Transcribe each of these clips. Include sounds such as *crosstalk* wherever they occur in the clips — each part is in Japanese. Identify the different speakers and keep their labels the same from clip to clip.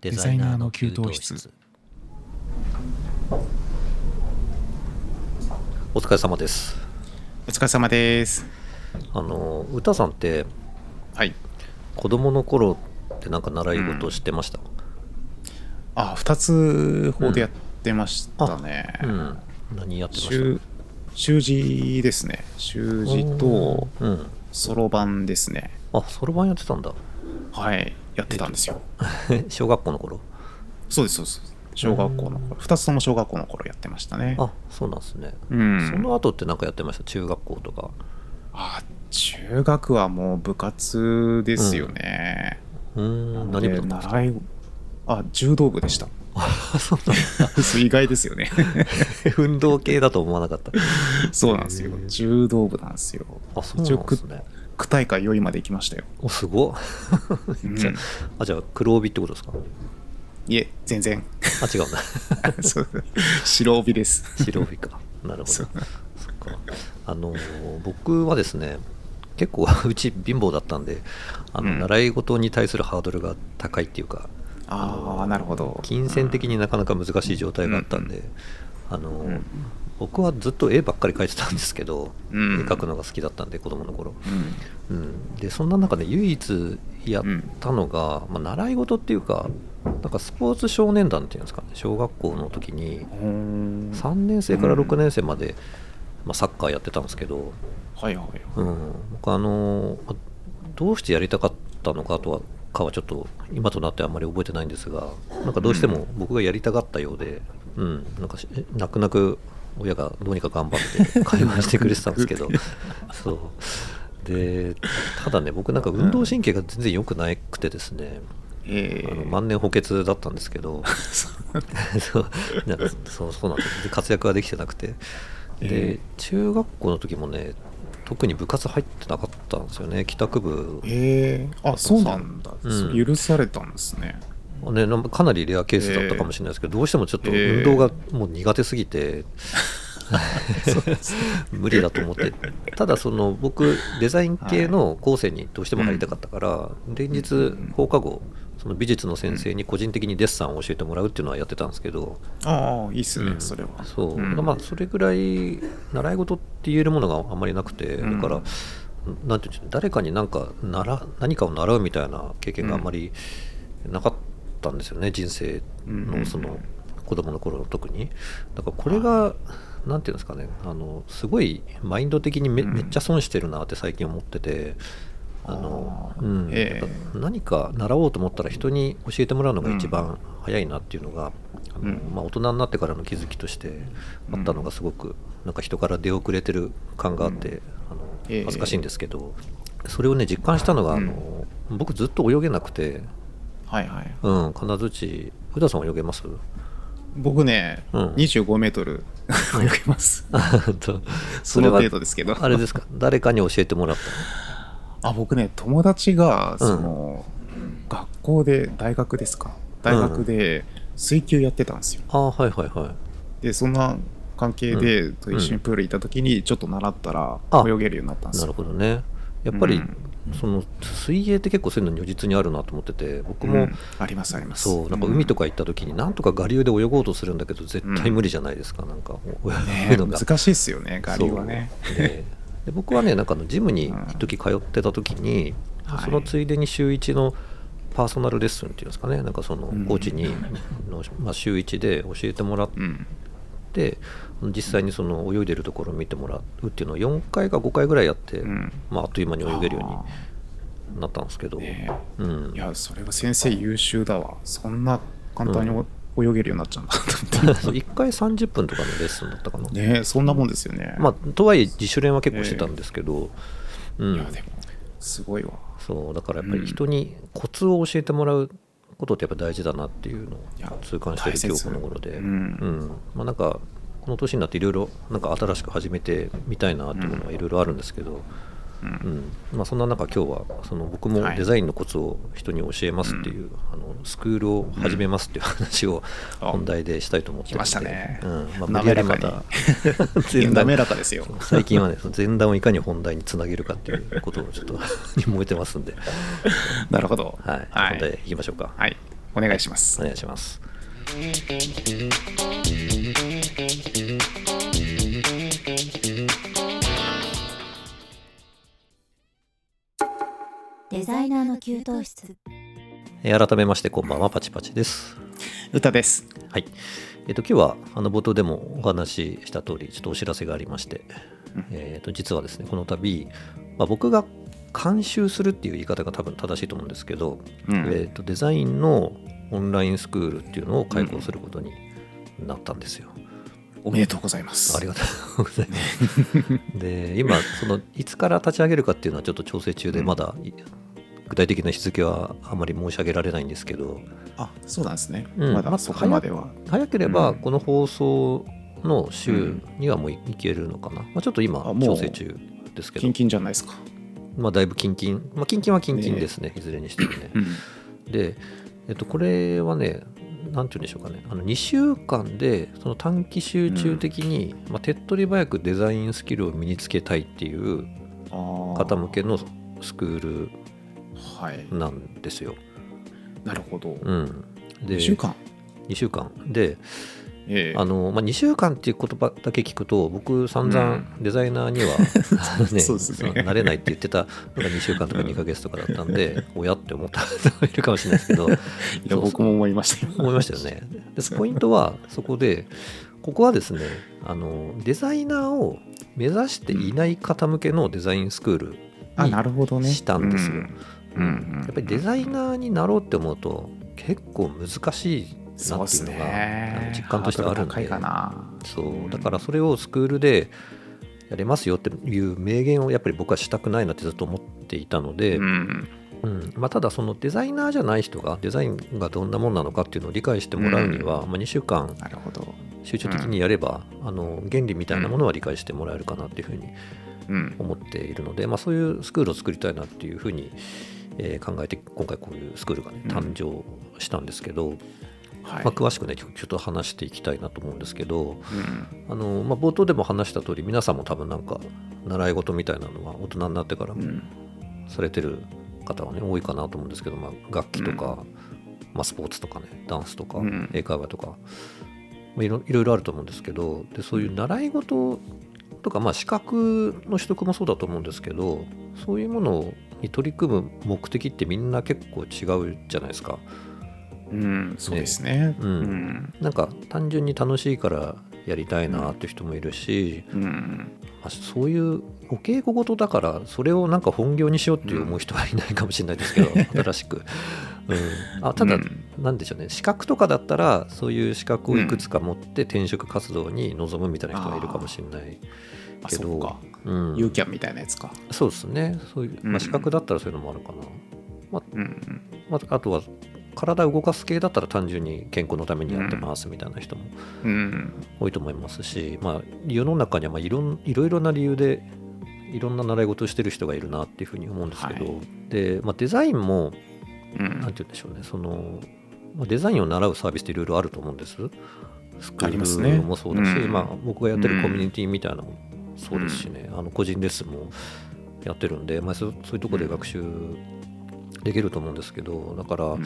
Speaker 1: デザイナーの給湯室
Speaker 2: お疲れ様です
Speaker 3: お疲れ様です
Speaker 2: あの歌さんって
Speaker 3: はい
Speaker 2: 子供の頃ってなんか習い事してました、
Speaker 3: あ二つ法でやってましたね、
Speaker 2: うん何やってまし
Speaker 3: 習習字ですね習字と
Speaker 2: たうん
Speaker 3: そろばんですね
Speaker 2: あそろばんやってたんだ *laughs*
Speaker 3: はいやってたんですよ
Speaker 2: 小学校の頃
Speaker 3: そうですそうです小学校の頃二つとも小学校の頃やってましたね
Speaker 2: あそうなんですね、
Speaker 3: うん
Speaker 2: その後ってなんかやってました中学校とか
Speaker 3: あ中学はもう部活ですよね、
Speaker 2: うーん何部だ
Speaker 3: で
Speaker 2: ったんですか
Speaker 3: 習いあ柔道部でした *laughs*
Speaker 2: あ *laughs* そうなんだ
Speaker 3: 意外ですよ
Speaker 2: *laughs*
Speaker 3: ね
Speaker 2: 運動系だと思わなかった
Speaker 3: そうなんですよ柔道部なんですよ
Speaker 2: あそうなんですね
Speaker 3: 区大会4位まで行きましたよ、
Speaker 2: おすごっ *laughs* じゃ
Speaker 3: うん
Speaker 2: ああじゃあ黒帯ってことですか
Speaker 3: いえ全
Speaker 2: *laughs*
Speaker 3: 然
Speaker 2: あ違
Speaker 3: *laughs*
Speaker 2: うんだ
Speaker 3: そう白帯です
Speaker 2: 白帯かなるほど
Speaker 3: そ
Speaker 2: そっ
Speaker 3: う
Speaker 2: かあのー僕はですね結構 *laughs* うち貧乏だったんであの、
Speaker 3: うん
Speaker 2: 習い事に対するハードルが高いっていうか
Speaker 3: ああなるほど
Speaker 2: 金銭的になかなか難しい状態があったんで、
Speaker 3: うん
Speaker 2: あのー
Speaker 3: うん
Speaker 2: 僕はずっと絵ばっかり描いてたんですけど、
Speaker 3: うん
Speaker 2: 絵描くのが好きだったんで子供の頃、
Speaker 3: うん
Speaker 2: うん、でそんな中で唯一やったのが、まあ、習い事っていうかなんかスポーツ少年団っていうんですかね小学校の時に
Speaker 3: ほーん
Speaker 2: 3年生から
Speaker 3: うん
Speaker 2: 6年生まで、まあ、サッカーやってたんですけど、
Speaker 3: はいはいはい
Speaker 2: うん、僕あのまあどうしてやりたかったのかとはかはちょっと今となってはあんまり覚えてないんですがなんかどうしても僕がやりたかったようで、うん、なんかし泣く泣く親がどうにか頑張って会話してくれてたんですけどそうでただね僕なんか運動神経が全然良くなくてですね、
Speaker 3: え
Speaker 2: あの
Speaker 3: ー、
Speaker 2: 万年補欠だったんですけ
Speaker 3: *laughs*
Speaker 2: どそうなんかそうそうなんですで活躍はできてなくてで、
Speaker 3: えー
Speaker 2: 中学校の時もね特に部活入ってなかったんですよね帰宅部
Speaker 3: えー、あそうなんだ、
Speaker 2: うん
Speaker 3: それ許されたんですね
Speaker 2: ね、なんかかなりレアケースだったかもしれないですけど、どうしてもちょっと
Speaker 3: えー
Speaker 2: 運動がもう苦手すぎて、無理だと思ってただその僕デザイン系の後世にどうしても入りたかったから、連日放課後その美術の先生に個人的にデッサンを教えてもらうっていうのはやってたんですけど、
Speaker 3: ああいいっすね、
Speaker 2: うん
Speaker 3: それは
Speaker 2: そう、
Speaker 3: ん
Speaker 2: まあそれぐらい習い事って言えるものがあんまりなくて、
Speaker 3: うん
Speaker 2: だからなんていうんでしょう誰かになんか習何かを習うみたいな経験があんまりなかったんですよね、人生
Speaker 3: う
Speaker 2: の
Speaker 3: ん
Speaker 2: その子供の頃の特にだからこれがなんていうんですかねあのすごいマインド的にめ,、
Speaker 3: うん
Speaker 2: めっちゃ損してるなって最近思ってて。あの
Speaker 3: あー
Speaker 2: うん
Speaker 3: ええ
Speaker 2: やっぱ何か習おうと思ったら人に教えてもらうのが一番早いなっていうのが、あの
Speaker 3: うん
Speaker 2: まあ、大人になってからの気づきとしてあったのがすごくなんか人から出遅れてる感があって、
Speaker 3: う
Speaker 2: あ
Speaker 3: ん
Speaker 2: の
Speaker 3: ええ
Speaker 2: 恥ずかしいんですけど、それをね実感したのがあの、僕ずっと泳げなくて、
Speaker 3: はいはい
Speaker 2: うん、金槌宇田さん泳げ
Speaker 3: *laughs*
Speaker 2: ます
Speaker 3: 僕ね、
Speaker 2: うん
Speaker 3: 25メートル泳げます
Speaker 2: あえっと
Speaker 3: その程度ですけど
Speaker 2: *laughs* それはあれですか誰かに教えてもらっ
Speaker 3: あ僕ね友達が
Speaker 2: うん
Speaker 3: その、学校で大学ですか大学で水球やってたんですよ、
Speaker 2: たああはいはいはい
Speaker 3: でそんな関係で
Speaker 2: ん
Speaker 3: 一緒にプール行った時にちょっと習ったら
Speaker 2: あ
Speaker 3: 泳げるようになったんで
Speaker 2: な
Speaker 3: す
Speaker 2: る
Speaker 3: よ、
Speaker 2: ほどねやっぱり、
Speaker 3: うん
Speaker 2: その水泳って結構そういうの如実にあるなと思ってて僕
Speaker 3: う
Speaker 2: も、
Speaker 3: んありますあります
Speaker 2: そうなんか海と
Speaker 3: か、
Speaker 2: か行った時になんとか我流で泳ごうとするんだけど絶対無理じゃないですか、 *laughs* なんか泳
Speaker 3: ね
Speaker 2: ぐのが。
Speaker 3: 難しいですよね我流はね
Speaker 2: そうでで僕はねなんかあのジムに一時通ってた時に、
Speaker 3: はい
Speaker 2: そのついでに週1のパーソナルレッスンっていうんですかねなんかその
Speaker 3: うん
Speaker 2: コーチにの、まあ、週1で教えてもらっ
Speaker 3: うん
Speaker 2: て実際にその泳いでるところを見てもらうっていうのを4回か5回ぐらいやって、
Speaker 3: うん
Speaker 2: まあ、あっという間に泳げるようになったんですけど、
Speaker 3: ね
Speaker 2: うん
Speaker 3: い、やそれは先生優秀だわそんな簡単にお泳げるようになっちゃうんだと思っ
Speaker 2: *laughs* *laughs* そう1回30分とかのレッスンだったかな。
Speaker 3: てねそんなもんですよね、
Speaker 2: まあ、とはいえ自主練は結構してたんですけど、う
Speaker 3: いや
Speaker 2: ん、
Speaker 3: でもすごいわ
Speaker 2: そうだからやっぱり人にコツを教えてもらうことってやっぱ大事だなっていうのを
Speaker 3: いや
Speaker 2: 痛感してる
Speaker 3: 大切
Speaker 2: 今日この頃で、
Speaker 3: うん
Speaker 2: まあ、なんかこの年になっていろいろなんか新しく始めてみたいなっていうのはいろいろあるんですけど、
Speaker 3: う
Speaker 2: うんんまあ、そんな中今日はその僕も
Speaker 3: はい
Speaker 2: デザインのコツを人に教えますっていう、あのスクールを始めますっていう話を
Speaker 3: あ
Speaker 2: 本題でしたいと思ってるんで
Speaker 3: 来ましたね
Speaker 2: うんまあ、無理やり
Speaker 3: 滑ら
Speaker 2: ま
Speaker 3: かに
Speaker 2: た *laughs*
Speaker 3: *laughs*
Speaker 2: 前
Speaker 3: いや
Speaker 2: 段
Speaker 3: 滑らかですよ
Speaker 2: そう最近はねその前段をいかに本題につなげるかっていう *laughs* ことをちょっとに燃えてますんで、
Speaker 3: なるほど
Speaker 2: はい本題いきましょうか
Speaker 3: はい。お願いします
Speaker 2: お。願いします。
Speaker 4: デザイナーの給湯室
Speaker 2: えー改めまして、こんばんは、パチパチです。
Speaker 3: 歌です。
Speaker 2: はい。えっ、と、今日は、あの、冒頭でもお話しした通り、ちょっとお知らせがありまして、えっ、と、実はですね、この度、まあ、僕が監修するっていう言い方が多分正しいと思うんですけど、
Speaker 3: う
Speaker 2: え
Speaker 3: ん。
Speaker 2: っ、と、デザインのオンラインスクールっていうのを開講することになったんですよ。
Speaker 3: おめでとうございます。
Speaker 2: ありがとうございます。で、今、その、いつから立ち上げるかっていうのはちょっと調整中で、
Speaker 3: うん
Speaker 2: まだ、い具体的な日付はあまり申し上げられないんですけど、
Speaker 3: あそうなんですね。
Speaker 2: うん
Speaker 3: まだそこまでは。
Speaker 2: 早ければ
Speaker 3: うん
Speaker 2: この放送の週
Speaker 3: ん
Speaker 2: にはもういけるのかな、まあ、ちょっと今
Speaker 3: あもう
Speaker 2: 調整中ですけ
Speaker 3: キ
Speaker 2: ど
Speaker 3: ン、キンじゃないですか。
Speaker 2: まあ、だいぶキンキン、まあ、キンキンはキンキンですね、いずれにしてもね
Speaker 3: う。ん。
Speaker 2: で、えっと、これはね、なんて言うんでしょうかね、あの2週間でその短期集中的に、まあ、手っ取り早くデザインスキルを身につけたいっていう
Speaker 3: あー
Speaker 2: 方向けのスクー
Speaker 3: はい。
Speaker 2: ルなんですよ。
Speaker 3: なるほど。
Speaker 2: うん、で
Speaker 3: 2週間
Speaker 2: 2週間で、
Speaker 3: ええ
Speaker 2: あのまあ、2週間っていう言葉だけ聞くと僕散々デザイナー
Speaker 3: *laughs*
Speaker 2: には、あのね
Speaker 3: そうですね
Speaker 2: そうなれないって言ってたのが2週間とか2ヶ月とかだったん
Speaker 3: *laughs*
Speaker 2: で、おやって思った人もいるかもしれないですけど
Speaker 3: いや
Speaker 2: そう
Speaker 3: 僕も思いましたよ。
Speaker 2: 思いましたよね。でポイントはそこでここはですねあのデザイナーを目指していない方向けのデザインスクール
Speaker 3: *laughs* あなるほどね。
Speaker 2: したんですよ
Speaker 3: うんうんうん
Speaker 2: やっぱりデザイナーになろうって思うと結構難しい
Speaker 3: そ
Speaker 2: な
Speaker 3: う
Speaker 2: って
Speaker 3: で
Speaker 2: いうの
Speaker 3: す
Speaker 2: があの
Speaker 3: ね。
Speaker 2: 実感としてあるん
Speaker 3: ハードル高い
Speaker 2: で
Speaker 3: か。な。
Speaker 2: そうだからそれをスクールでやれますよっていう明言をやっぱり僕はしたくないなってずっと思っていたので、
Speaker 3: う
Speaker 2: うん
Speaker 3: ん。
Speaker 2: まあ、ただそのデザイナーじゃない人がデザインがどんなもんなのかっていうのを理解してもらうには、
Speaker 3: うん
Speaker 2: まあ、2週間
Speaker 3: なるほど。
Speaker 2: 集中的にやれば、あの原理みたいなものは理解してもらえるかなっていうふうに
Speaker 3: うん。
Speaker 2: 思っているので、まあ、そういうスクールを作りたいなっていうふうに、えー考えて今回こういうスクールが、ね、
Speaker 3: うん
Speaker 2: 誕生したんですけど、
Speaker 3: はい
Speaker 2: まあ、。詳しくねちょちょっと話していきたいなと思うんですけど。
Speaker 3: うん
Speaker 2: あのまあ、冒頭でも話した通り皆さんも多分なんか習い事みたいなのは大人になってから
Speaker 3: うん
Speaker 2: されてる方はね多いかなと思うんですけど、まあ、楽器とか、まあ、スポーツとかねダンスとか
Speaker 3: うん
Speaker 2: 英会話とか、まあ、いろいろいろあると思うんですけどでそういう習い事とか、まあ、資格の取得もそうだと思うんですけどそういうものに取り組む目的ってみんな結構違うじゃないですか。
Speaker 3: うん、そうですね。
Speaker 2: う
Speaker 3: うんん。
Speaker 2: なんか単純に楽しいからやりたいなっていう人もいるし、
Speaker 3: うん。
Speaker 2: まあ、そういうお稽古事だからそれをなんか本業にしようっていう思う人はいないかもしれないですけ
Speaker 3: *laughs*
Speaker 2: ど、新しく、うん、あただ、
Speaker 3: うん
Speaker 2: なんでしょうね資格とかだったらそういう資格をいくつか持って転職活動に臨むみたいな人がいるかもしれない
Speaker 3: あ、
Speaker 2: け
Speaker 3: そっ
Speaker 2: ど
Speaker 3: か。
Speaker 2: うん
Speaker 3: ユーキャンみたいなやつか。
Speaker 2: そうですねそういう、
Speaker 3: う
Speaker 2: まあ、
Speaker 3: ん
Speaker 2: 資格だったらそういうのもあるかな、
Speaker 3: うん。
Speaker 2: まあ、あとは体を動かす系だったら単純に健康のためにやってますみたいな人も
Speaker 3: うん。
Speaker 2: 多いと思いますし、まあ、世の中にはまあいろんいろいろな理由でいろんな習い事をしてる人がいるなっていうふうに思うんですけど、
Speaker 3: は
Speaker 2: でまあ、デザインも
Speaker 3: う
Speaker 2: なん
Speaker 3: ん。
Speaker 2: て言うんでしょうねそのまあデザインを習うサービスっていろいろあると思うんですスク
Speaker 3: あります
Speaker 2: ー
Speaker 3: ね
Speaker 2: ルもそうだし
Speaker 3: うん
Speaker 2: まあ、僕がやってるコミュニティみたいなのもそうですしね、あの個人レッスンもやってるんで、まあ、そそういうところで学習できると思うんですけどだから、
Speaker 3: うん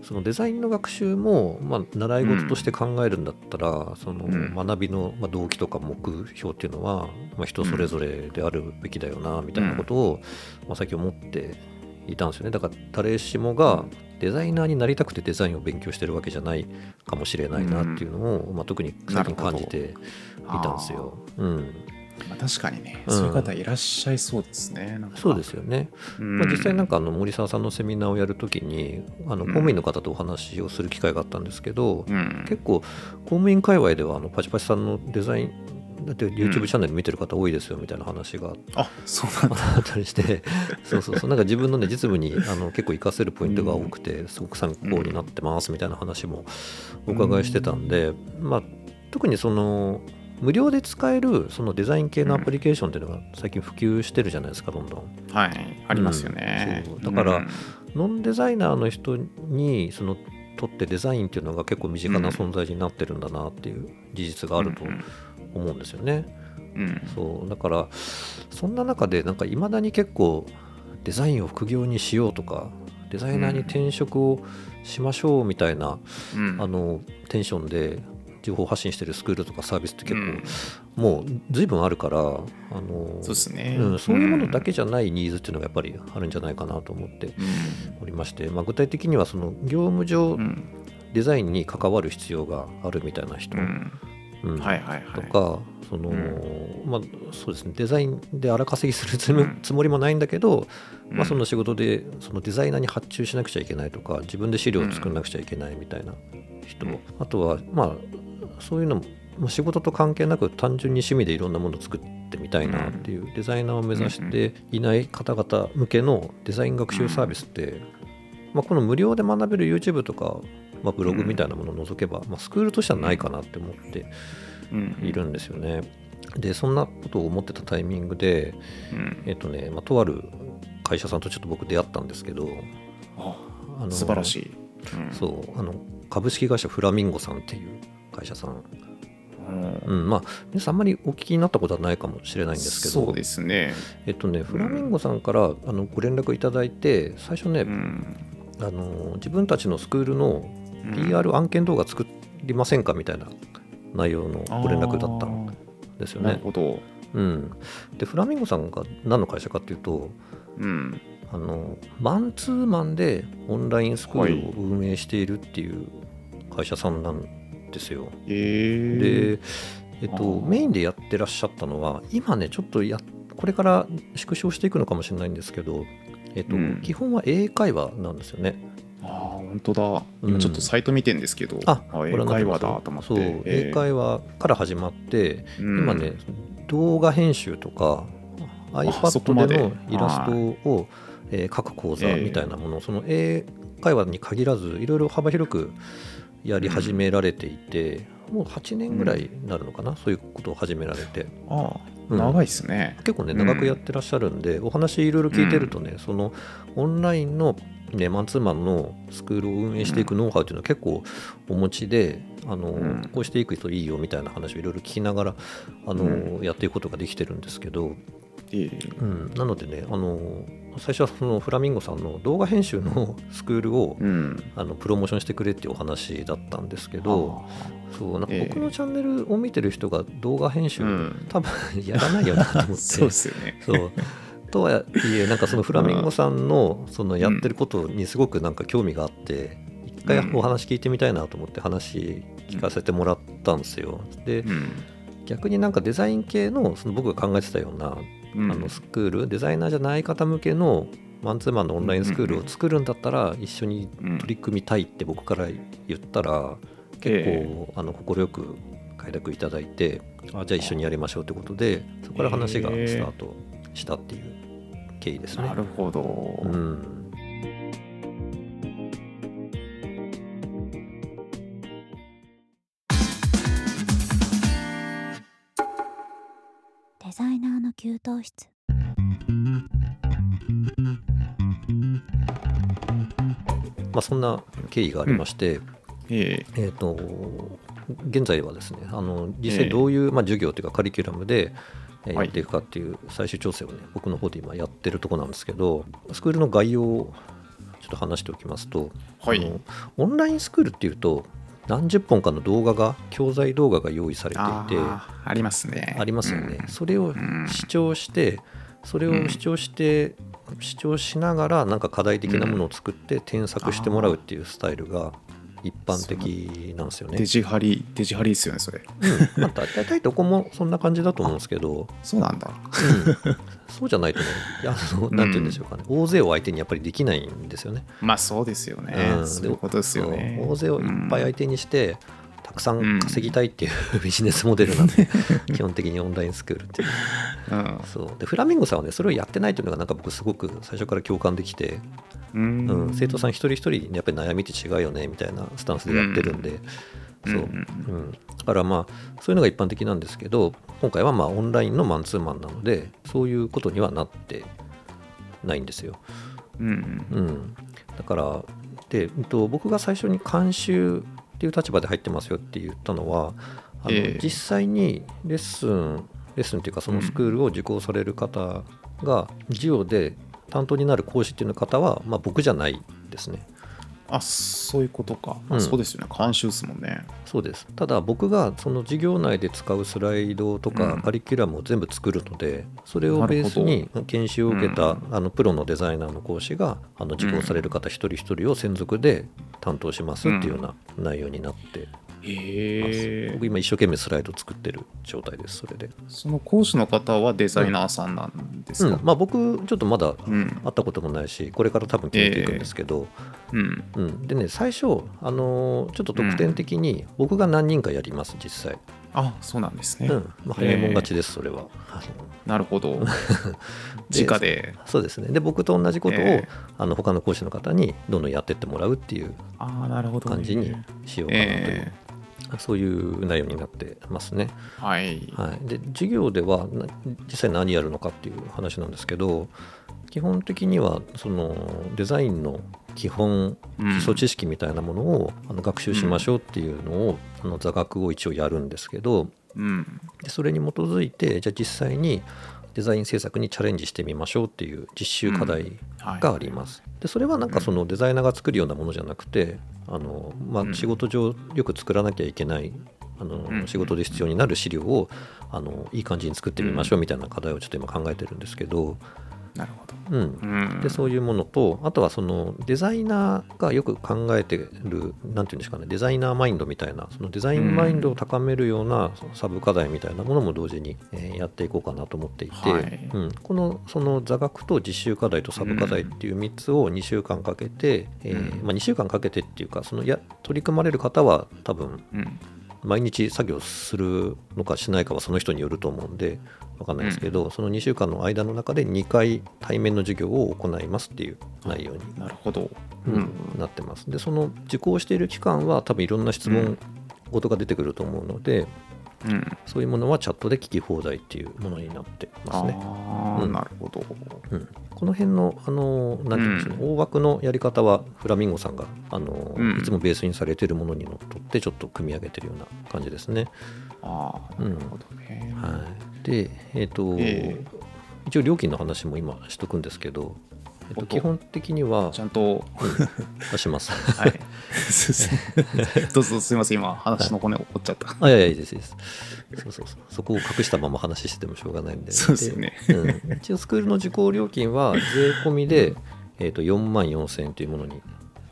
Speaker 2: そのデザインの学習も、まあ、習い事として考えるんだったら、その
Speaker 3: うん
Speaker 2: 学びのまあ動機とか目標っていうのは、まあ、人それぞれであるべきだよなみたいなことを、まあ、最近思っていたんですよねだから誰しもがデザイナーになりたくてデザインを勉強してるわけじゃないかもしれないなっていうのを、まあ、特に最近感じていたんですよ。うん、
Speaker 3: まあ、確かにね、
Speaker 2: うん
Speaker 3: そういう方いらっしゃいそうですね。なんか
Speaker 2: そうで、すよね。
Speaker 3: うん
Speaker 2: まあ、実際なんかあの森澤さんのセミナーをやるときにあの公務員の方とお話をする機会があったんですけど、
Speaker 3: うん、
Speaker 2: 結構公務員界隈ではあのパチパチさんのデザインだって YouTube チャンネル見てる方多いですよみたいな話が
Speaker 3: あそうなんだ。
Speaker 2: あったりして *laughs* そうそうそうなんか自分のね実務にあの結構活かせるポイントが多くてすごく参考になってますみたいな話もお伺いしてたんでまあ特にその無料で使えるそのデザイン系のアプリケーションっていうのが最近普及してるじゃないですかどんどん。
Speaker 3: はい、ありますよね。
Speaker 2: うんそうだから
Speaker 3: うん
Speaker 2: ノンデザイナーの人にそのとってデザインっていうのが結構身近な存在になってるんだなっていう事実があると
Speaker 3: うん
Speaker 2: 思うんですよね。
Speaker 3: うん
Speaker 2: そうだからそんな中でなんかいまだに結構デザインを副業にしようとかデザイナーに転職をしましょうみたいな、
Speaker 3: うん
Speaker 2: あのテンションで情報発信してるスクールとかサービスって結構、
Speaker 3: うん
Speaker 2: もう随分あるからあの
Speaker 3: そうですね、
Speaker 2: うん、そういうものだけじゃないニーズっていうのがやっぱりあるんじゃないかなと思って
Speaker 3: うん
Speaker 2: おりまして、まあ、具体的にはその業務上
Speaker 3: うん
Speaker 2: デザインに関わる必要があるみたいな人、
Speaker 3: うん
Speaker 2: うん
Speaker 3: はいはいは
Speaker 2: と
Speaker 3: い
Speaker 2: か、その
Speaker 3: う
Speaker 2: まあ、そうですねデザインで荒稼ぎするつも
Speaker 3: うん
Speaker 2: つもりもないんだけど、
Speaker 3: う
Speaker 2: まあ、
Speaker 3: ん
Speaker 2: その仕事でそのデザイナーに発注しなくちゃいけないとか自分で資料を作らなくちゃいけないみたいな人、
Speaker 3: うん
Speaker 2: あとはまあそういうのもまあ仕事と関係なく単純に趣味でいろんなものを作ってみたいなっていうデザイナーを目指していない方々向けのデザイン学習サービスって、まあ、この無料で学べる YouTube とか、まあ、ブログみたいなものを除けば、まあ、スクールとしてはないかなって思って
Speaker 3: うん
Speaker 2: いるんですよね。でそんなことを思ってたタイミングで、
Speaker 3: うん
Speaker 2: えっとねまあ、とある会社さんとちょっと僕出会ったんですけど
Speaker 3: あ
Speaker 2: あの
Speaker 3: 素晴らしい、うん
Speaker 2: そうあの株式会社フラミンゴさんっていう会社さん、
Speaker 3: うん
Speaker 2: うん、まあ皆さんあんまりお聞きになったことはないかもしれないんですけど
Speaker 3: そうですね、
Speaker 2: えっとね、フラミンゴさんからあのご連絡いただいて最初ね、
Speaker 3: うん、
Speaker 2: あの自分たちのスクールの PR 案件動画作りませんかみたいな内容のご連絡だったん
Speaker 3: ん
Speaker 2: ですよ
Speaker 3: なる
Speaker 2: ね。
Speaker 3: ほど、
Speaker 2: うん、でフラミンゴさんが何の会社かっていうと
Speaker 3: うん、
Speaker 2: あのマンツーマンでオンラインスクールを運営しているっていう会社さんなんですよ。
Speaker 3: えー、
Speaker 2: で、えっ
Speaker 3: あ
Speaker 2: と、
Speaker 3: ー
Speaker 2: メインでやってらっしゃったのは今ねちょっとやこれから縮小していくのかもしれないんですけど、えっと
Speaker 3: うん
Speaker 2: 基本は英会話なんですよね。
Speaker 3: ああ本当だ
Speaker 2: うん
Speaker 3: 今ちょっとサイト見てんですけど、
Speaker 2: あ
Speaker 3: 英
Speaker 2: ご覧になって
Speaker 3: 会
Speaker 2: ま
Speaker 3: 話
Speaker 2: す
Speaker 3: だと思って
Speaker 2: そう、英会話から始まって、
Speaker 3: 話、うん
Speaker 2: 今ね動画編集とか
Speaker 3: そこま
Speaker 2: iPad
Speaker 3: で
Speaker 2: でのイラストを、えー書く講座みたいなもの、その英会話に限らずいろいろ幅広くやり始められていて、もう8年ぐらいになるのかな、そういうことを始められて
Speaker 3: ああ
Speaker 2: うん
Speaker 3: 長いですね、
Speaker 2: 結構ね長くやってらっしゃるんで、お話いろいろ聞いてるとね、そのオンラインの、ね、マンツーマンのスクールを運営していくノウハウっていうのは結構お持ちであの、
Speaker 3: うん
Speaker 2: こうしていくといいよみたいな話をいろいろ聞きながらあの、
Speaker 3: う
Speaker 2: やっていくことができてるんですけど、
Speaker 3: ええ
Speaker 2: うん、なのでねあの最初はそのフラミンゴさんの動画編集の *laughs* スクールを、
Speaker 3: うん
Speaker 2: あのプロモーションしてくれっていうお話だったんですけどそうなんか
Speaker 3: ええ
Speaker 2: 僕のチャンネルを見てる人が動画編集、
Speaker 3: うん
Speaker 2: 多分やらないよなと思っ
Speaker 3: あ
Speaker 2: て
Speaker 3: あそうですよね *laughs*
Speaker 2: そうとはいえなんかそのフラミンゴさんのそのやってることにすごくなんか興味があって一回
Speaker 3: うん
Speaker 2: お話聞いてみたいなと思って話聞かせてもらったんですよ。で
Speaker 3: うん
Speaker 2: 逆になんかデザイン系のその僕が考えてたような
Speaker 3: うん
Speaker 2: あのスクールデザイナーじゃない方向けのマンツーマンのオンラインスクールを作るんだったら一緒に
Speaker 3: うん
Speaker 2: 取り組みたいって僕から言ったら結構あの快く快諾いただいてあじゃあ一緒にやりましょうってことでそこから話がスタートしたっていう経緯ですね
Speaker 3: な。るほど、
Speaker 2: うん
Speaker 4: デザイナーの給湯室
Speaker 2: まあ、そんな経緯がありまして、
Speaker 3: ええ
Speaker 2: えー、と現在はですねあの実際どういう、まあ、授業というかカリキュラムでえーや
Speaker 3: はい
Speaker 2: っていくかっていう最終調整をね僕の方で今やってるとこなんですけどスクールの概要をちょっと話しておきますと、
Speaker 3: はい
Speaker 2: あのオンラインスクールっていうと何十本かの動画が教材動画が用意されて
Speaker 3: あ
Speaker 2: いて
Speaker 3: あありますね
Speaker 2: ありますよね、
Speaker 3: うん
Speaker 2: それを視聴してそれを視聴して、視聴しながらなんか課題的なものを作って添削してもらうっていうスタイルが一般的なんですよ
Speaker 3: デ
Speaker 2: ね。
Speaker 3: ジハリデジハリですよねそれ
Speaker 2: まあ、大体どこもそんな感じだと思うんですけど、
Speaker 3: そうなんだ
Speaker 2: そうじゃないとねあのなんて言うんでしょうかね、大勢を相手にやっぱりできないんですよね。
Speaker 3: まあそうですよね、
Speaker 2: うん
Speaker 3: そういうことですよね
Speaker 2: そう大勢をいっぱい相手にして、たくさ
Speaker 3: うんん
Speaker 2: 稼ぎたいっていうビジネスモデルなんで *laughs* 基本的にオンラインスクールっていう
Speaker 3: うん
Speaker 2: そうでフラミンゴさんはねそれをやってないというのがなんか僕すごく最初から共感できて、
Speaker 3: うん
Speaker 2: うん、生徒さん一人一人にやっぱり悩みって違うよねみたいなスタンスでやってるんで、
Speaker 3: うん
Speaker 2: そう、
Speaker 3: うん
Speaker 2: うん、だからまあそういうのが一般的なんですけど今回はまあオンラインのマンツーマンなのでそういうことにはなってないんですよ。
Speaker 3: うん
Speaker 2: うん、だからで、うんと、僕が最初に監修っていう立場で入ってますよって言ったのはあの、
Speaker 3: ええ
Speaker 2: 実際にレッスンレッスンっていうかそのスクールを受講される方が授業で担当になる講師っていう方は、まあ、僕じゃないですね。
Speaker 3: あそういうことか、
Speaker 2: う
Speaker 3: まあ、
Speaker 2: ん
Speaker 3: そうですよね監修っすもんね
Speaker 2: そうですただ僕がその授業内で使うスライドと
Speaker 3: う
Speaker 2: か
Speaker 3: ん
Speaker 2: カリキュラムを全部作るので、それをベースに研修を受けた、
Speaker 3: うん
Speaker 2: あのプロのデザイナーの講師があの受講される方一人一人を専属で担当しますっていうような内容になってます、
Speaker 3: へえ
Speaker 2: 僕今一生懸命スライド作ってる状態ですそれで、
Speaker 3: その講師の方はデザイナーさんなんで
Speaker 2: う
Speaker 3: す
Speaker 2: ん
Speaker 3: か
Speaker 2: まあ、僕ちょっとまだ
Speaker 3: うんうん
Speaker 2: 会ったこともないしこれから多分決めていくんですけど、
Speaker 3: うん
Speaker 2: うん、でね最初、あのーちょっと特典的に僕が何人かやります実際、
Speaker 3: あそうなんですね、
Speaker 2: うんまあ、早いもん勝ちですそれは、あの
Speaker 3: なる
Speaker 2: *laughs*
Speaker 3: ほど直で
Speaker 2: そうですねで僕と同じことを、
Speaker 3: ええ
Speaker 2: あの他の講師の方にどんどんやってってもらうっていう
Speaker 3: ああなるほどね
Speaker 2: 感じにしようかなという、
Speaker 3: え
Speaker 2: そういう内容になってますね、
Speaker 3: えはい
Speaker 2: はい、で授業ではな実際何やるのかっていう話なんですけど基本的にはそのデザインの基本
Speaker 3: うん
Speaker 2: 基礎知識みたいなものをあの学習しましょうっていうのを、あの座学を一応やるんですけど
Speaker 3: うん
Speaker 2: でそれに基づいてじゃあ実際にデザイン制作にチャレンジしてみましょうっていう実習課題
Speaker 3: はい
Speaker 2: があります。でそれはなんかそのデザイナーが作るようなものじゃなくてあの、ま
Speaker 3: うん
Speaker 2: あ、仕事上よく作らなきゃいけないあ
Speaker 3: うん
Speaker 2: の仕事で必要になる資料をあのいい感じに作ってみましょうみたいな課題をちょっと今考えてるんですけど、
Speaker 3: なるほど
Speaker 2: うん、
Speaker 3: うん
Speaker 2: でそういうものとあとはそのデザイナーがよく考えてるなんていうんですかねデザイナーマインドみたいなそのデザインマインドを高めるようなサブ課題みたいなものも同時に、えーやっていこうかなと思っていて、
Speaker 3: はい
Speaker 2: うん、このその座学と実習課題とサブ課題っていう3つを2週間かけて、えーまあ、2週間かけてっていうかそのや取り組まれる方は多分
Speaker 3: うん
Speaker 2: 毎日作業するのかしないかはその人によると思うんで分かんないですけど、その2週間の間の中で2回対面の授業を行いますっていう内容に、
Speaker 3: なるほど
Speaker 2: うんなってますでその受講している期間は多分いろんな質問事が出てくると思うので、
Speaker 3: うん
Speaker 2: そういうものはチャットで聞き放題っていうものになってますね。
Speaker 3: ああ、
Speaker 2: うん
Speaker 3: なるほど。
Speaker 2: うん、この辺の、あのなんていうんでしょうね大枠のやり方はフラミンゴさんが、あの
Speaker 3: うん
Speaker 2: いつもベースにされているものにのっとってちょっと組み上げてるような感じですね。
Speaker 3: ああ、なるほどね。
Speaker 2: はい、で、えっと
Speaker 3: ええ
Speaker 2: 一応料金の話も今しとくんですけど、えっ
Speaker 3: お
Speaker 2: と、
Speaker 3: っと
Speaker 2: 基本的には
Speaker 3: ちゃんと、
Speaker 2: あします。
Speaker 3: はい。 *laughs* すいませんどうぞすみません、今、話の骨を折っちゃった。
Speaker 2: あいやいやいいですいいですそうそうそうそこを隠したまま話しててもしょうがないんで
Speaker 3: *laughs* そうですよね
Speaker 2: でうん一応スクールの受講料金は税込みで、えっと4万4000円というものに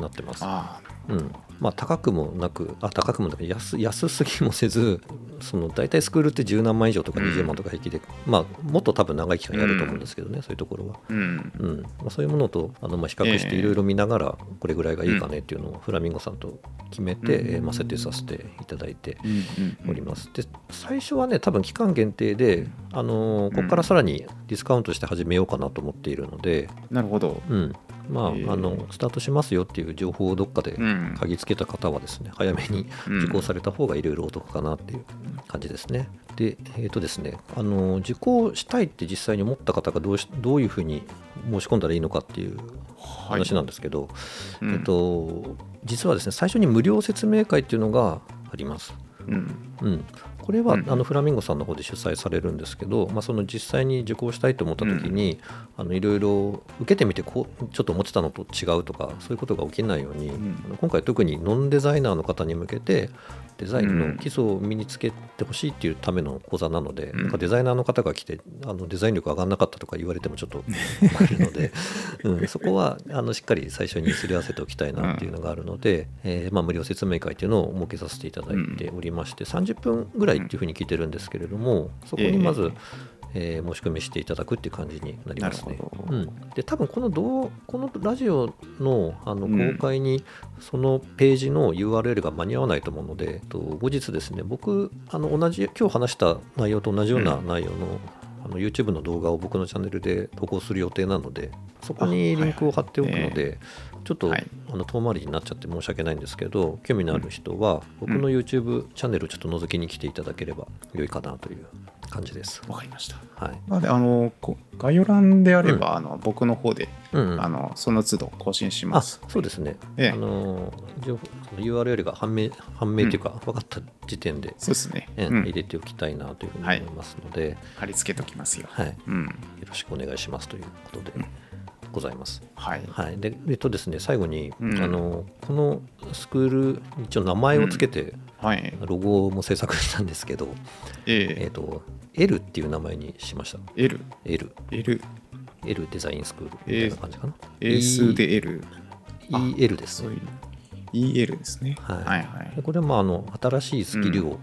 Speaker 2: なってます
Speaker 3: あ
Speaker 2: うんまあ、高くもなくあ高くもなく安安すぎもせずその大体スクールって10何万以上とか
Speaker 3: うん
Speaker 2: 20万とか平気で、まあ、もっと多分長い期間やると思うんですけどね、そういうところは、
Speaker 3: あ、うん。
Speaker 2: うんまあ、そういうものとあのまあ比較して
Speaker 3: ええ
Speaker 2: いろいろ見ながらこれぐらいがいいかねっていうのをフラミンゴさんと決めて、
Speaker 3: うん
Speaker 2: えーまあ、設定させていただいて
Speaker 3: うんうん
Speaker 2: おります。で最初はね多分期間限定で、あのーここからさらにディスカウントして始めようかなと思っているので、
Speaker 3: なるほど。
Speaker 2: うんまああ
Speaker 3: ええ
Speaker 2: のスタートしますよっていう情報をどっかで
Speaker 3: うん。
Speaker 2: 嗅ぎつけた方はですね早めに受講された方がいろいろお得かなっていう感じですね。で、えーとですね、あの受講したいって実際に思った方がどうしどういうふうに申し込んだらいいのかっていう
Speaker 3: はい
Speaker 2: 話なんですけど、
Speaker 3: うん
Speaker 2: えっと、実はですね最初に無料説明会っていうのがあります。
Speaker 3: うん。
Speaker 2: うん、これは、
Speaker 3: うん
Speaker 2: あのフラミンゴさんの方で主催されるんですけど、まあ、その実際に受講したいと思った時にあのいろいろ受けてみてこうちょっと思ってたのと違うとかそういうことが起きないように、
Speaker 3: ん
Speaker 2: あの今回特にノンデザイナーの方に向けてデザイン
Speaker 3: うん
Speaker 2: の基礎を身につけてほしいっていうための講座なので、
Speaker 3: うん
Speaker 2: なんかデザイナーの方が来てあのデザイン力上がんなかったとか言われてもちょっと困るので、うん、そこはあのしっかり最初にすり合わせておきたいなっていうのがあるので、えーまあ、無料説明会っていうのを設けさせていただいて。ておりまして30分ぐらいっていうふうに聞いてるんですけれどもそこにまず、えー申し込みしていただくっていう感じになりますね
Speaker 3: なるほ。
Speaker 2: う
Speaker 3: ど
Speaker 2: ん、で多分このどうこのラジオのあの
Speaker 3: うん
Speaker 2: 公開にそのページの URL が間に合わないと思うので、えっと後日ですね僕あの同じ今日話した内容と同じような
Speaker 3: う
Speaker 2: 内容の,、あの YouTube の動画を僕のチャンネルで投稿する予定なのでそこ
Speaker 3: あはい
Speaker 2: にリンクを貼っておくので、ちょっと、
Speaker 3: はい
Speaker 2: あの遠回りになっちゃって申し訳ないんですけど興味のある人は
Speaker 3: ん
Speaker 2: 僕の YouTube チャンネルをちょっと覗きに来ていただければ良いかなという感じです。
Speaker 3: わかりました。
Speaker 2: はい。
Speaker 3: なので、あの、こ概要欄であれば、あの僕の方で、
Speaker 2: うんうん
Speaker 3: あのその都度更新し
Speaker 2: あ
Speaker 3: ます。
Speaker 2: そうですね、
Speaker 3: ええ
Speaker 2: あの情報あの URL が判明判明というか、分かった時点で、
Speaker 3: そうですね。
Speaker 2: ええ
Speaker 3: うん
Speaker 2: 入れておきたいなというふうに思いますので、
Speaker 3: 貼り付けときますよ。
Speaker 2: はい
Speaker 3: うん。
Speaker 2: よろしくお願いしますということで、ございます。
Speaker 3: はい。
Speaker 2: はい、でえっとですね最後に、
Speaker 3: うん
Speaker 2: あのこのスクール一応名前をつけて
Speaker 3: はい。
Speaker 2: ロゴも制作したんですけど、え
Speaker 3: え
Speaker 2: っと L っていう名前にしました
Speaker 3: ー、L、
Speaker 2: L
Speaker 3: L、
Speaker 2: L デザインスクールみたいな感じかな、
Speaker 3: 英数で L、
Speaker 2: E- EL です
Speaker 3: そう
Speaker 2: ね
Speaker 3: いう、EL ですね。
Speaker 2: はい
Speaker 3: はいはい
Speaker 2: で。これはまああの新しいスキルを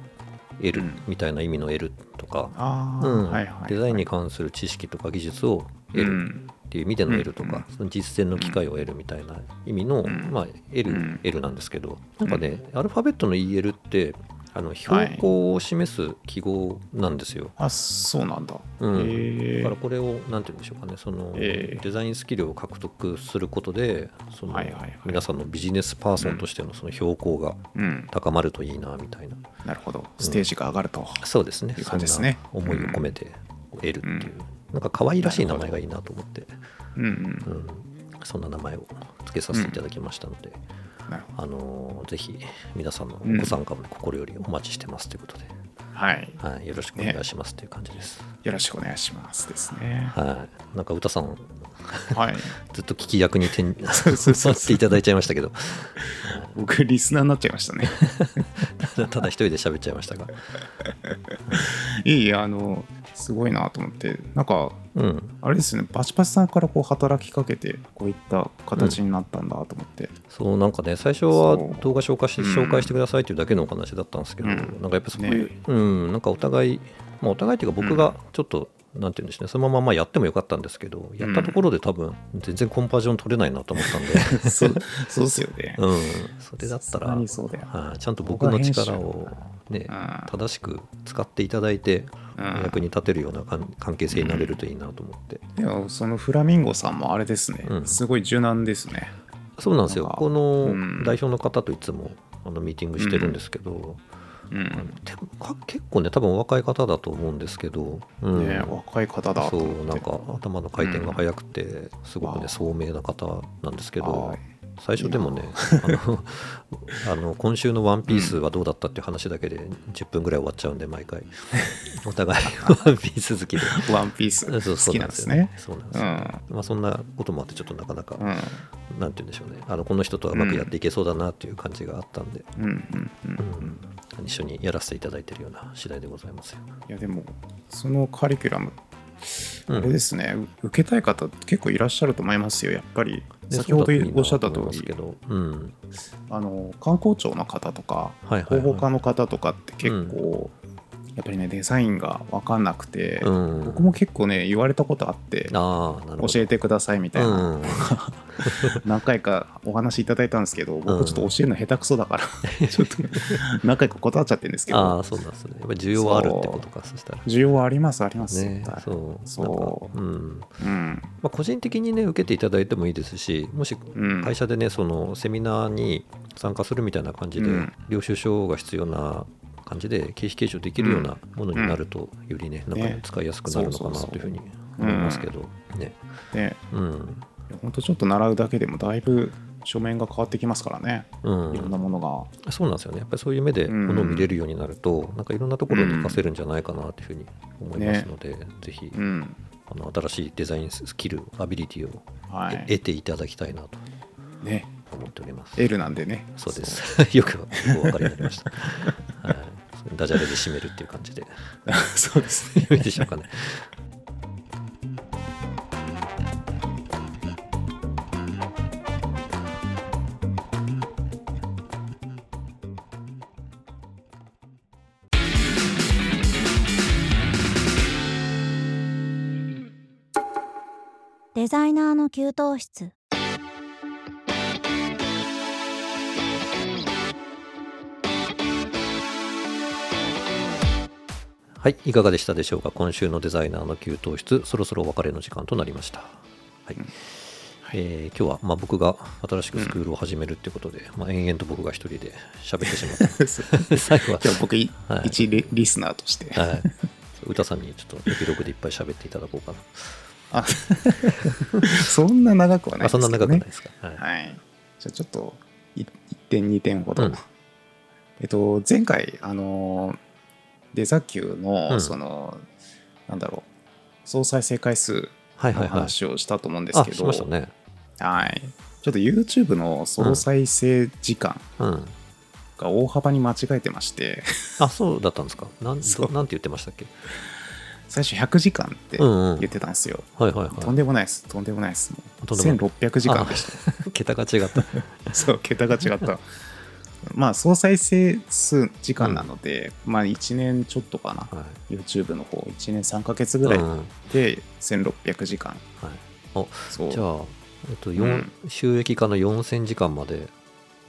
Speaker 2: 得る
Speaker 3: うん
Speaker 2: みたいな意味の L とか、
Speaker 3: ああ、
Speaker 2: うん
Speaker 3: はいはい。
Speaker 2: デザインに関する知識とか技術を得
Speaker 3: う
Speaker 2: る
Speaker 3: ん
Speaker 2: っていう意味での L とか、
Speaker 3: う
Speaker 2: その実践の機会を得るみたいな意味の、
Speaker 3: ん
Speaker 2: まあ、
Speaker 3: う
Speaker 2: L,
Speaker 3: ん
Speaker 2: L なんですけどなんかね、アルファベットの EL ってあの
Speaker 3: はい
Speaker 2: 標高を示す記号なんですよ。
Speaker 3: あ、そうなんだ。
Speaker 2: うん
Speaker 3: え
Speaker 2: だからこれを何て言うんでしょうかねその、
Speaker 3: ええ
Speaker 2: デザインスキルを獲得することでその、
Speaker 3: はいはいはい
Speaker 2: 皆さんのビジネスパーソンとしてのその標高が
Speaker 3: うん、
Speaker 2: 高まるといいなみたいな、
Speaker 3: なるほど。ステージが上がると。
Speaker 2: そうですね
Speaker 3: いう感じですね
Speaker 2: そんな思いを込めてこう L っていう、なんか可愛らしい名前がいいなと思って、
Speaker 3: うん、
Speaker 2: う
Speaker 3: うん
Speaker 2: ん、そんな名前を付けさせていただきましたので、
Speaker 3: なるほど。
Speaker 2: あのーぜひ皆さんのご参加も心よりお待ちしてますということで、
Speaker 3: はい。
Speaker 2: はい、よろしくお願いしますという感じです、
Speaker 3: よろしくお願いしますですね。
Speaker 2: はいなんか歌さん
Speaker 3: はい。
Speaker 2: ずっと聞き役に転 *laughs*
Speaker 3: そうそ
Speaker 2: さ
Speaker 3: うそう
Speaker 2: せていただいちゃいましたけど
Speaker 3: 僕、リスナーになっちゃい
Speaker 2: *laughs*
Speaker 3: ましたね。
Speaker 2: ただ一人で喋っちゃいましたが
Speaker 3: いい、あの、すごいなと思って、なんか、
Speaker 2: うん
Speaker 3: あれですね、バチバチさんからこう働きかけて、こういった形になったんだと
Speaker 2: *laughs*
Speaker 3: 思って。
Speaker 2: そうなんかね最初は
Speaker 3: そう
Speaker 2: 動画紹介して
Speaker 3: うん
Speaker 2: 紹介してくださいというだけのお話だったんですけど、
Speaker 3: うん
Speaker 2: なんかやっぱそういう、
Speaker 3: ね
Speaker 2: うんなんかお互い、まあ、お互いっていうか僕がちょっと、なんて言うんでしょうねそのまままあやってもよかったんですけどやったところで多分全然コンパージョン取れないなと思った
Speaker 3: *laughs*
Speaker 2: んで、
Speaker 3: そうそうですよね。
Speaker 2: うん、それだった
Speaker 3: さすが
Speaker 2: ら
Speaker 3: にそうだよ
Speaker 2: はいちゃんと僕の力を、ね
Speaker 3: うん、
Speaker 2: 正しく使っていただいて
Speaker 3: うん
Speaker 2: 役に立てるような関関係性になれるといいなと思って、
Speaker 3: でも、そのフラミンゴさんもあれですね、
Speaker 2: うん
Speaker 3: すごい柔軟ですね。
Speaker 2: そうなんですよ
Speaker 3: なんか
Speaker 2: この
Speaker 3: うん
Speaker 2: 代表の方といつもあのミーティングしてるんですけど、
Speaker 3: う
Speaker 2: あの
Speaker 3: ん。
Speaker 2: てか結構ね多分お若い方だと思うんですけど、うん
Speaker 3: ね、若い方だと
Speaker 2: そ
Speaker 3: 思って。
Speaker 2: うなんか頭の回転が速くて、すごく
Speaker 3: あ
Speaker 2: ね
Speaker 3: ー
Speaker 2: 聡明な方なんですけ
Speaker 3: は
Speaker 2: ど
Speaker 3: い
Speaker 2: 最初でもねあのあの今週の「ワンピースはどうだったっていう話だけで10分ぐらい終わっちゃうんで毎
Speaker 3: *laughs*
Speaker 2: 回お互い「ワンピース好きで
Speaker 3: ワンピース
Speaker 2: そう
Speaker 3: 好
Speaker 2: そう
Speaker 3: き
Speaker 2: な
Speaker 3: なんん
Speaker 2: で
Speaker 3: ですす
Speaker 2: よね
Speaker 3: ね。
Speaker 2: そうなんで
Speaker 3: う
Speaker 2: すよ
Speaker 3: ん。
Speaker 2: まあそんなこともあってちょっとなかなか、
Speaker 3: うん。
Speaker 2: なんて言うんでしょうねあのこの人とはうまくやっていけそうだなっていう感じがあったんで、
Speaker 3: うん。うん。うん
Speaker 2: うん一緒にやらせていただいてるような次第でございますよ。
Speaker 3: いや、でも、そのカリキュラム、
Speaker 2: うん
Speaker 3: あれですね、う受けたい方、結構いらっしゃると思いますよ、やっぱり。
Speaker 2: で
Speaker 3: 先ほど
Speaker 2: そうだといいな
Speaker 3: おっしゃった
Speaker 2: と
Speaker 3: 通
Speaker 2: 思いますけ
Speaker 3: り、
Speaker 2: ど、うん、
Speaker 3: あの観光庁の方とか、
Speaker 2: はいはいはい
Speaker 3: 広報課の方とかって結構、やっぱりね、デザインが分かんなくて、
Speaker 2: うん
Speaker 3: 僕も結構ね、言われたことあって、
Speaker 2: ああなるほど
Speaker 3: 教えてくださいみたい
Speaker 2: う
Speaker 3: な、
Speaker 2: ん、
Speaker 3: 何回かお話いただいたんですけど、
Speaker 2: うん
Speaker 3: 僕ちょっと教えるの下手くそだ
Speaker 2: *laughs*
Speaker 3: から、 *laughs* ちょっと何回か断っちゃってるんですけ
Speaker 2: あ
Speaker 3: ど
Speaker 2: あ、そうなんですねやっぱり需要はあるってことかそしたら
Speaker 3: 需要はあります、あります、
Speaker 2: ね
Speaker 3: 絶対
Speaker 2: そう
Speaker 3: そ
Speaker 2: なんかうんま
Speaker 3: う。うん。
Speaker 2: あ、個人的にね受けていただいてもいいですしもし
Speaker 3: うん
Speaker 2: 会社でねそのセミナーに参加するみたいな感じで、
Speaker 3: うん
Speaker 2: 領収書が必要な感じで経費継承できるようなものになると、よりねなんかね
Speaker 3: ね
Speaker 2: 使いやすくなるのかな
Speaker 3: そうそうそう
Speaker 2: というふうに思いますけどね
Speaker 3: ね、
Speaker 2: うん
Speaker 3: 本当ちょっと習うだけでもだいぶ書面が変わってきますからね、
Speaker 2: うん
Speaker 3: いろんなものが。
Speaker 2: そうなんですよねやっぱりそういう目で
Speaker 3: うん
Speaker 2: ものを見れるようになると、なんかいろんなところに活かせるんじゃないかなというふうに思いますので、ぜひ
Speaker 3: うん。
Speaker 2: あの新しいデザインスキルアビリティを
Speaker 3: は
Speaker 2: え、
Speaker 3: い。
Speaker 2: 得ていただきたいなと
Speaker 3: ね、
Speaker 2: 思っております。
Speaker 3: L なんでね。
Speaker 2: そうですよくよくお分かりになりました、はい、ダジャレで締めるっていう感 *laughs* じで
Speaker 3: そう。 *laughs* そうですね。
Speaker 2: いいでしょうかね。
Speaker 4: デザイナーの給湯室
Speaker 2: はい、いかがでしたでしょうか。今週のデザイナーの給湯室、そろそろお別れの時間となりました。はい。えー今日は、まあ、僕が新しくスクールを始めるってことで、まあ、延々と僕が一人で喋ってしまっ *laughs*
Speaker 3: そう
Speaker 2: た。最後は、
Speaker 3: 今日僕、い
Speaker 2: はい
Speaker 3: 一リリスナーとして。
Speaker 2: はい。歌さんにちょっとエピローグでいっぱい喋っていただこう
Speaker 3: *laughs*
Speaker 2: かな。
Speaker 3: あ *laughs* そんな長くはない
Speaker 2: あ、
Speaker 3: で
Speaker 2: そ
Speaker 3: すけ
Speaker 2: ん
Speaker 3: ど、
Speaker 2: な
Speaker 3: ね。
Speaker 2: 長くないですか。はい。
Speaker 3: はい。じゃあちょっと、い1点、2点ほ
Speaker 2: う
Speaker 3: ど。
Speaker 2: ん
Speaker 3: えっと、前回、あの、デザ級
Speaker 2: う
Speaker 3: の、
Speaker 2: ん
Speaker 3: その、なんだろう、総再生回数
Speaker 2: はいはいはい。
Speaker 3: 話をしたと思うんです
Speaker 2: あ、
Speaker 3: け
Speaker 2: し
Speaker 3: ど、
Speaker 2: ましたね。
Speaker 3: はい、ちょっと YouTube の総再生時間
Speaker 2: うん。
Speaker 3: が大幅に間違えて
Speaker 2: *laughs*
Speaker 3: まして、
Speaker 2: あ、そうだったんですか。なん、
Speaker 3: そ
Speaker 2: ど
Speaker 3: う
Speaker 2: なんて言ってましたっけ。
Speaker 3: 最初100時間って
Speaker 2: うんうん。
Speaker 3: 言ってたんですよ。
Speaker 2: はいはい
Speaker 3: と
Speaker 2: は
Speaker 3: んでもないです、とんでもないです。もう
Speaker 2: とんでも
Speaker 3: 1600時間でした。
Speaker 2: い。桁が違った。
Speaker 3: *laughs* そう、桁が違った。 *laughs* まあ、総再生数時間なので、まあ、1年ちょっとかな、
Speaker 2: は
Speaker 3: YouTube の方、1年3ヶ月
Speaker 2: い。
Speaker 3: *laughs* ぐらい
Speaker 2: うんはい。
Speaker 3: で1600時間。そう
Speaker 2: じゃあ、えっと、
Speaker 3: う
Speaker 2: 四
Speaker 3: ん
Speaker 2: 収益化の4000時間まで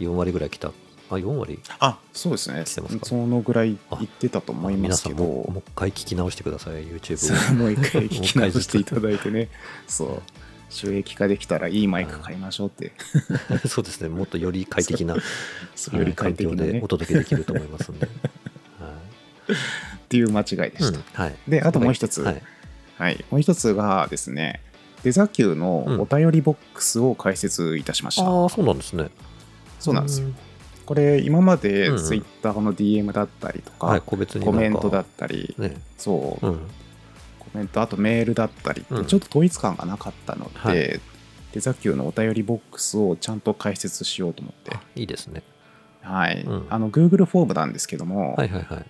Speaker 2: 4割ぐらい来た。あ、4割
Speaker 3: あそうですね
Speaker 2: 来てますか
Speaker 3: そのぐらい言ってたと思いま
Speaker 2: 皆
Speaker 3: す
Speaker 2: さん
Speaker 3: け
Speaker 2: も、も
Speaker 3: ど
Speaker 2: う一回聞き直してください、YouTube
Speaker 3: そうもう一回聞き直していただい
Speaker 2: *laughs*
Speaker 3: てねそう収益化できたらいいマイク買いましょうって
Speaker 2: を。 *laughs* そうですね、もっとより快適な、
Speaker 3: そうより快適な
Speaker 2: 環境
Speaker 3: ね
Speaker 2: でお届けできると思いますんで。は
Speaker 3: っていう間違いで
Speaker 2: い。う
Speaker 3: し
Speaker 2: ん
Speaker 3: た、
Speaker 2: はい。
Speaker 3: であともう一つ
Speaker 2: はい。
Speaker 3: はいもう一つがですねデザ Q のお便りボックスを開設いたしました、
Speaker 2: ああ、そうなんですね。
Speaker 3: そうなんですよ
Speaker 2: よ。
Speaker 3: これ今まで
Speaker 2: うんうん
Speaker 3: Twitter の DM だったりとか、
Speaker 2: はい、個別にな
Speaker 3: コ
Speaker 2: んか
Speaker 3: メントだったり
Speaker 2: ね。
Speaker 3: そう
Speaker 2: うん。
Speaker 3: コメントあとメールだったりって、
Speaker 2: うん
Speaker 3: ちょっと統一感がなかったので、
Speaker 2: はい
Speaker 3: デザ Q のお便りボックスをちゃんと解説しようと思って
Speaker 2: あ、いいですね。
Speaker 3: はい
Speaker 2: うん
Speaker 3: あの Google フォームなんですけども、
Speaker 2: はいはいはい。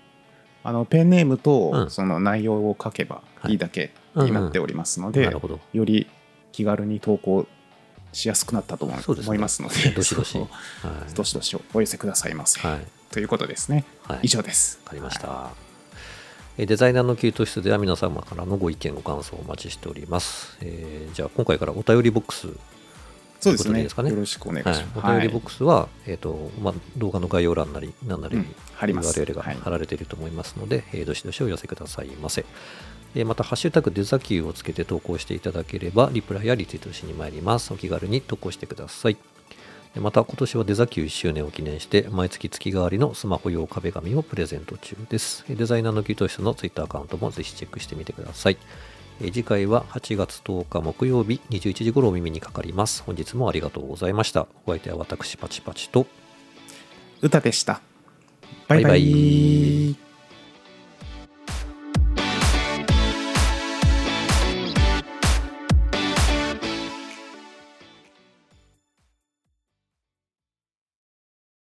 Speaker 3: あのペンネーム
Speaker 2: う
Speaker 3: と
Speaker 2: ん
Speaker 3: その内容を書けばいいだけ
Speaker 2: はい
Speaker 3: になっておりますので、
Speaker 2: なるほど。
Speaker 3: より気軽に投稿しやすくなったと思,、
Speaker 2: そうですね
Speaker 3: 思いますので、
Speaker 2: どしどし。
Speaker 3: そ
Speaker 2: は
Speaker 3: うどしどしお寄せくださいませ、
Speaker 2: い。はい。
Speaker 3: ということですね。
Speaker 2: はい、
Speaker 3: 以上です。
Speaker 2: わかりまし
Speaker 3: は
Speaker 2: た。えーデザイナーの給湯室では皆様からのご意見、ご感想をお待ちしております。えーじゃあ、今回からお便りボックス、
Speaker 3: い。そうで
Speaker 2: ということ
Speaker 3: す
Speaker 2: でいい
Speaker 3: ね。
Speaker 2: ですかね
Speaker 3: よろしくお願いし
Speaker 2: はい
Speaker 3: ます。
Speaker 2: お便りボックスは、えっとまあ、動画の概要欄なり、なんなり
Speaker 3: うん
Speaker 2: に
Speaker 3: 貼ります。
Speaker 2: URL が
Speaker 3: はい
Speaker 2: 貼られていると思いますので、えーどしどしお寄せくださいませ。えーまた、ハッシュタグデザキューをつけて投稿していただければ、リプライやリツイートしに参ります。お気軽に投稿してください。でまた、今年はデザキュー1周年を記念して、毎月月替わりのスマホ用壁紙をプレゼント中です。えーデザイナーの給湯室のツイッターアカウントもぜひチェックしてみてください。えー次回は8月10日木曜日21時頃お耳にかかります。本日もありがとうございました。お相手は私パチパチと。
Speaker 3: 歌でした。バイバイ。
Speaker 2: バイバイ